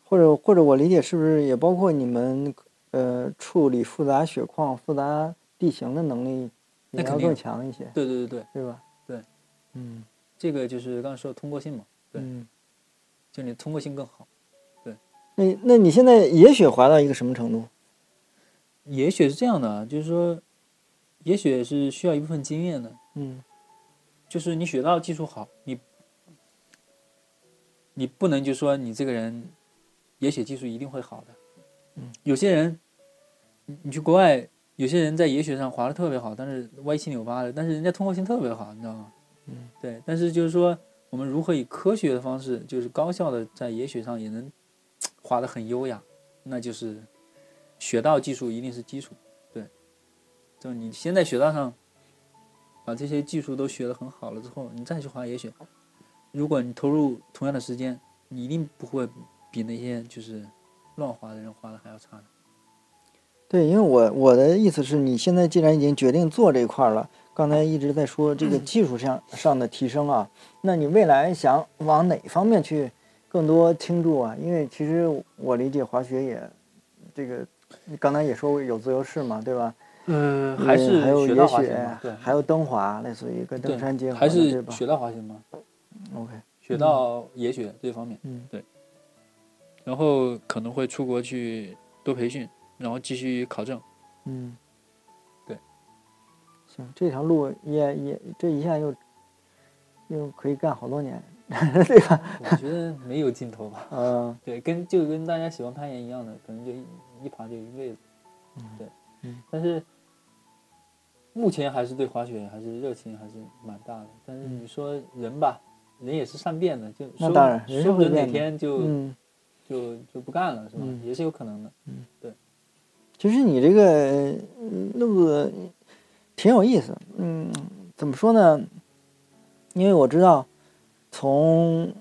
或者或者我理解是不是也包括你们呃处理复杂雪况、复杂地形的能力也那肯要定更强一些，对对对对，对吧？对，嗯这个就是刚才说的通过性嘛，对嗯。就你通过性更好。那那你现在野雪滑到一个什么程度？也许是这样的啊，就是说，也许是需要一部分经验的，嗯就是你学到技术好，你你不能就说你这个人，也许技术一定会好的。嗯，有些人，你你去国外，有些人在野雪上滑的特别好，但是歪七扭八的，但是人家通过性特别好，你知道吗？嗯，对。但是就是说，我们如何以科学的方式，就是高效的在野雪上也能滑得很优雅，那就是学到技术一定是基础，对。就是你先在雪道上把这些技术都学得很好了之后，你再去滑野雪，如果你投入同样的时间，你一定不会比那些就是乱滑的人滑的还要差的。对，因为我我的意思是你现在既然已经决定做这一块儿了，刚才一直在说这个嗯技术上上的提升啊，那你未来想往哪方面去更多倾注啊？因为其实我理解滑雪也这个，你刚才也说过有自由式嘛，对吧？嗯嗯，还是还有雪野道滑行雪嘛，对，，还有登滑，类似于跟登对山结合还的对是吧雪道滑行嘛， ？OK，雪道、野雪这方面，嗯然后可能会出国去多培训，然后继续考证。嗯，对，行，这条路也也这一下又又可以干好多年， 对吧？我觉得没有尽头吧。嗯对，跟就跟大家喜欢攀岩一样的，可能就一一爬就一辈子。对，嗯但是目前还是对滑雪还是热情还是蛮大的。但是你说人吧，人也是善变的，就嗯那说当然人是说不会准哪变的天就、嗯，就就不干了，是吧？嗯也是有可能的。其实你这个呃路子挺有意思，嗯，怎么说呢？因为我知道，从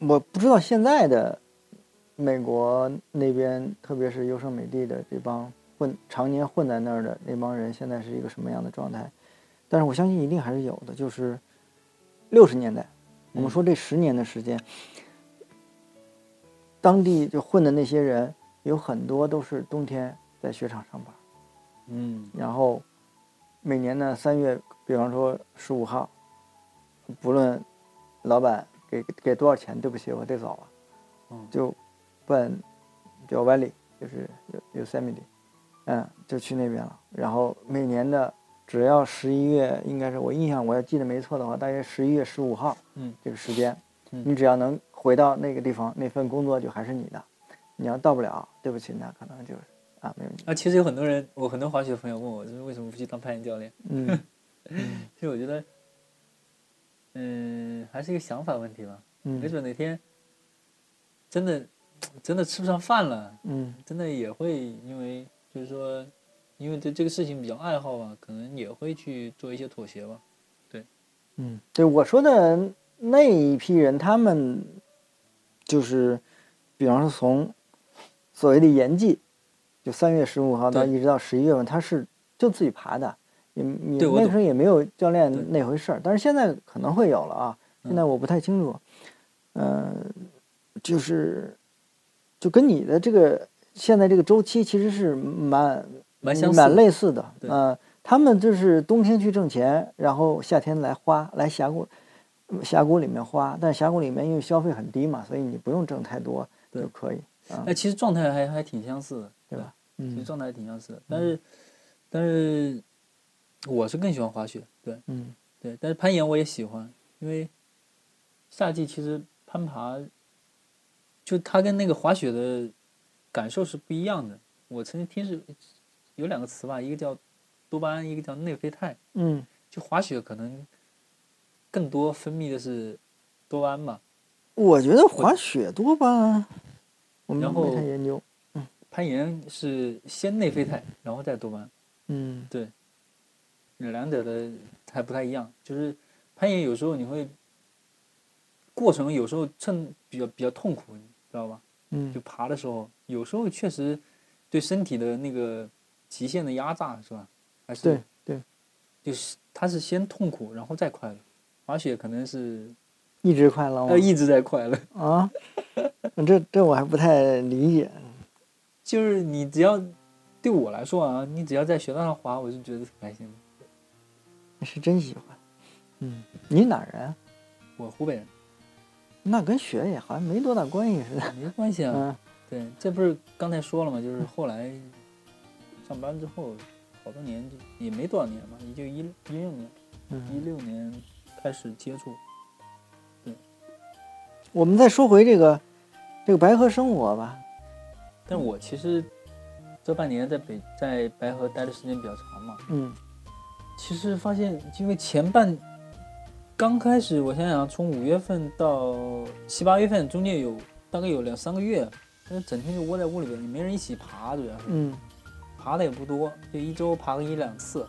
我不知道现在的美国那边，特别是优胜美地的这帮混常年混在那儿的那帮人，现在是一个什么样的状态？但是我相信一定还是有的，就是六十年代，我们说这十年的时间，当地就混的那些人，有很多都是冬天在雪场上班。嗯然后每年呢三月，比方说十五号，不论老板给给多少钱，对不起，我得走了，嗯就奔叫 Valley，就是 Yosemite，嗯，就去那边了。然后每年的只要十一月，应该是我印象我要记得没错的话，大约十一月十五号，嗯，这个时间，嗯你只要能回到那个地方，那份工作就还是你的。你要到不了，对不起，那可能就是啊，没有 你，啊，其实有很多人，我很多滑雪朋友问我，就是为什么不去当攀岩教练？嗯其实我觉得，嗯，还是一个想法问题吧。没嗯准哪天真的真的吃不上饭了，嗯真的也会因为就是说因为对这个事情比较爱好吧，可能也会去做一些妥协吧。嗯，对我说的那一批人，他们就是，比方说从所谓的延季，就三月十五号到对一直到十一月份，他是就自己爬的，也也对我那懂时候也没有教练对那回事儿，但是现在可能会有了啊，现在嗯我不太清楚，呃，就是就跟你的这个现在这个周期其实是蛮嗯蛮相似的蛮类似的。对呃，他们就是冬天去挣钱，然后夏天来花，来峡谷嗯峡谷里面花，但峡谷里面因为消费很低嘛，所以你不用挣太多对就可以。啊哎，其实状态还还挺相似的，对对吧嗯吧？嗯其实状态还挺相似的，但是，但是我是更喜欢滑雪，对嗯对，但是攀岩我也喜欢，因为夏季其实攀爬，就它跟那个滑雪的感受是不一样的。我曾经听是有两个词吧，一个叫多巴胺，一个叫内啡肽。嗯就滑雪可能更多分泌的是多巴胺吧，我觉得滑雪多吧，我们然后没太研究。攀岩是先内啡肽，然后再多巴胺。嗯两者的还不太一样，就是攀岩有时候你会过程有时候趁比较比较痛苦，你知道吧？就嗯爬的时候，有时候确实对身体的那个极限的压榨是吧？还是对对，就是它是先痛苦，然后再快乐。滑雪可能是一直快乐吗呃它？一直在快乐，啊， 这这我还不太理解。就是你只要对我来说啊，你只要在雪道上滑，我就觉得挺开心的。是真喜欢。嗯，你哪儿人啊？我湖北人那跟雪也好像没多大关系似的。没关系啊，嗯，对，这不是刚才说了吗？就是后来上班之后，好多年就也没多少年嘛，也就一一六年，一嗯，六年开始接触。我们再说回这个这个白河生活吧。但我其实这半年在北在白河待的时间比较长嘛，嗯其实发现，因为前半刚开始，我想想，从五月份到七八月份，中间有大概有两三个月，那整天就窝在屋里边，也没人一起爬，主要是。嗯爬的也不多，就一周爬个一两次。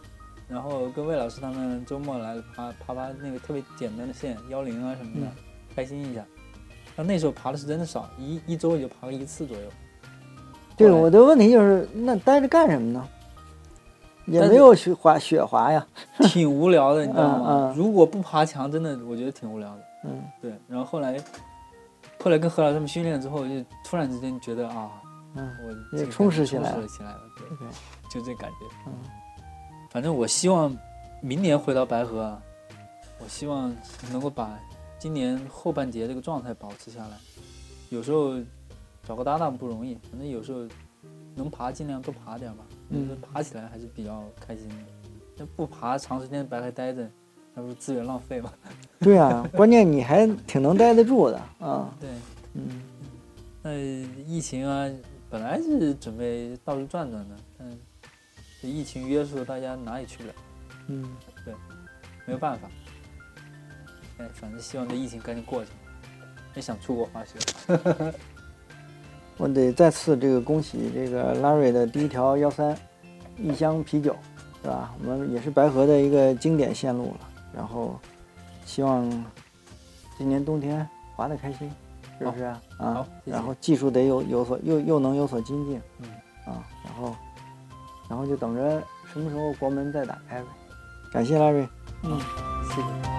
然后跟魏老师他们周末来爬爬爬那个特别简单的线幺零啊什么嗯的，开心一下。那那时候爬的是真的少，一一周也就爬个一 次左右。对，后来我的问题就是，那待着干什么呢？也但是没有雪滑雪滑呀。挺无聊的，你知道嗯吗嗯？如果不爬墙，真的我觉得挺无聊的。嗯对，然后后来后来跟何老师他们训练之后，就突然之间觉得啊，嗯我也这个充感觉实起来充了实起来了，对， ，OK，就这感觉。嗯反正我希望明年回到白河啊，我希望能够把今年后半截这个状态保持下来。有时候找个搭档不容易，反正有时候能爬尽量多爬点吧。嗯就是爬起来还是比较开心的。那不爬长时间白河待着，那不是资源浪费吗？ 对啊，关键你还挺能待得住的啊。对，嗯那疫情啊，本来是准备到处转转的，但这疫情约束，大家哪里去不了。嗯，没有办法。哎，反正希望这疫情赶紧过去。也想出国滑雪，我得再次这个恭喜这个 Larry 的第一条幺三，一箱啤酒，是吧？我们也是白河的一个经典线路了。然后希望今年冬天滑得开心，是不是啊？啊好谢谢然后技术得有有所又又能有所精进，嗯啊，然后然后就等着什么时候国门再打开呗。感谢 Larry，谢谢。